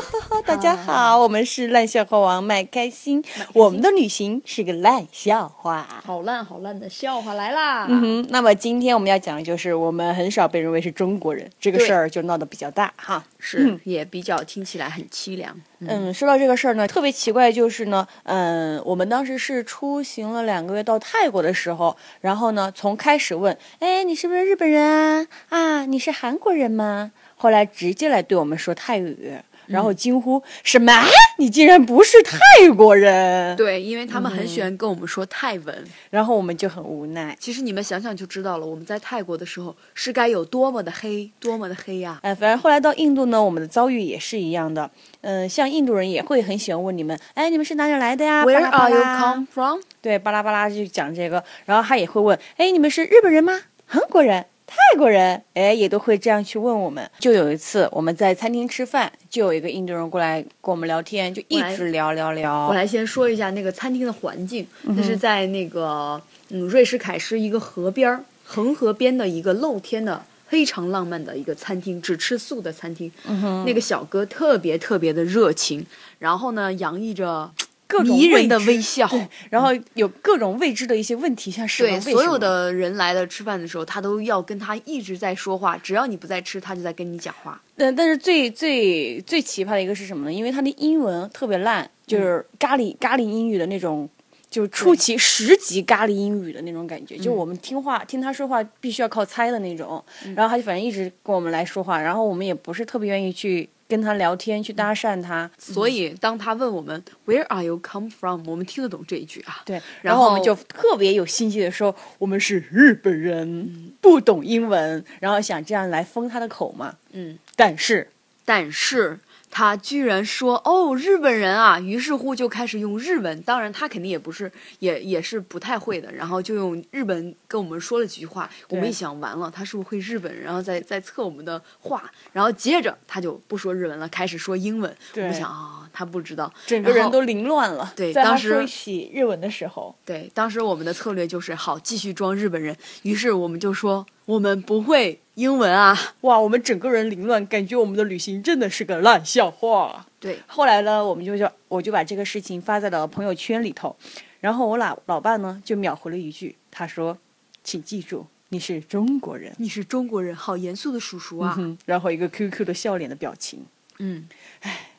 哈哈！ 大家好，我们是烂笑话王麦开心，啊我们的旅行是个烂笑话。好烂好烂的笑话来啦！嗯哼，那么今天我们要讲的就是我们很少被认为是中国人这个对事儿，就闹得比较大哈。是，也比较听起来很凄凉。嗯，说到这个事儿呢，特别奇怪就是呢，嗯，我们当时是出行了两个月到泰国的时候，然后呢，从开始问，哎，你是不是日本人啊？啊，你是韩国人吗？后来直接来对我们说泰语，然嗯后惊呼、什么？你竟然不是泰国人？对，因为他们很喜欢跟我们说泰文。 然后我们就很无奈。其实你们想想就知道了，我们在泰国的时候是该有多么的黑，多么的黑呀、哎，反正后来到印度呢，我们的遭遇也是一样的。嗯，像印度人也会很喜欢问你们，哎，你们是哪里来的呀 Where 巴拉巴 are you 拉 come from？对，巴拉巴拉就讲这个，然后他也会问，哎，你们是日本人吗？韩国人？泰国人？哎，也都会这样去问我们。就有一次我们在餐厅吃饭，就有一个印度人过来跟我们聊天，就一我来直聊聊我聊。来先说一下那个餐厅的环境，嗯那是在那个嗯瑞士凯诗一个河边儿，恒河边的一个露天的。非常浪漫的一个餐厅，只吃素的餐厅。嗯那个小哥特别特别的热情，然后呢，洋溢着各种迷人的未知微笑。然后有各种未知的一些问题，像什么对，为什所有么的人来了吃饭的时候，他都要跟他一直在说话，只要你不在吃，他就在跟你讲话。但但是最最最奇葩的一个是什么呢？因为他的英文特别烂，就是咖喱、咖喱英语的那种，就是初级十级咖喱英语的那种感觉，就我们听话听他说话必须要靠猜的那种。然后他就反正一直跟我们来说话，然后我们也不是特别愿意去跟他聊天，去搭讪他。所以当他问我们 “Where are you come from”，我们听得懂这一句啊。对，然然后后我们就特别有信心的说我们是日本人，不懂英文，然后想这样来封他的口嘛。嗯，但是但是他居然说：“哦，日本人啊！”于是乎就开始用日文，当然他肯定也不是，也也是不太会的。然后就用日本跟我们说了几句话，我们一想完了，他是不是会日本？然后再再测我们的话，然后接着他就不说日文了，开始说英文。我对们想啊、他不知道。整个然人后都凌乱了。对在他当时说起日文的时候。对，当时我们的策略就是好，继续装日本人。于是我们就说我们不会英文啊。哇，我们整个人凌乱，感觉我们的旅行真的是个烂笑话。对，后来呢，我们就就我就把这个事情发在了朋友圈里头，然后我老老爸呢就秒回了一句，他说：“请记住，你是中国人。你是中国人，好严肃的叔叔啊。嗯”然后一个 QQ 的笑脸的表情。嗯，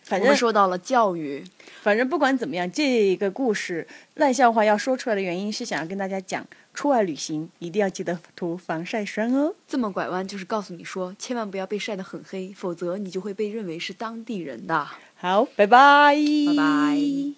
反我们正说到了教育，反正不管怎么样，这个故事烂笑话要说出来的原因是想要跟大家讲，出外旅行一定要记得涂防晒霜哦。这么拐弯就是告诉你说，千万不要被晒得很黑，否则你就会被认为是当地人的。好，拜拜，拜拜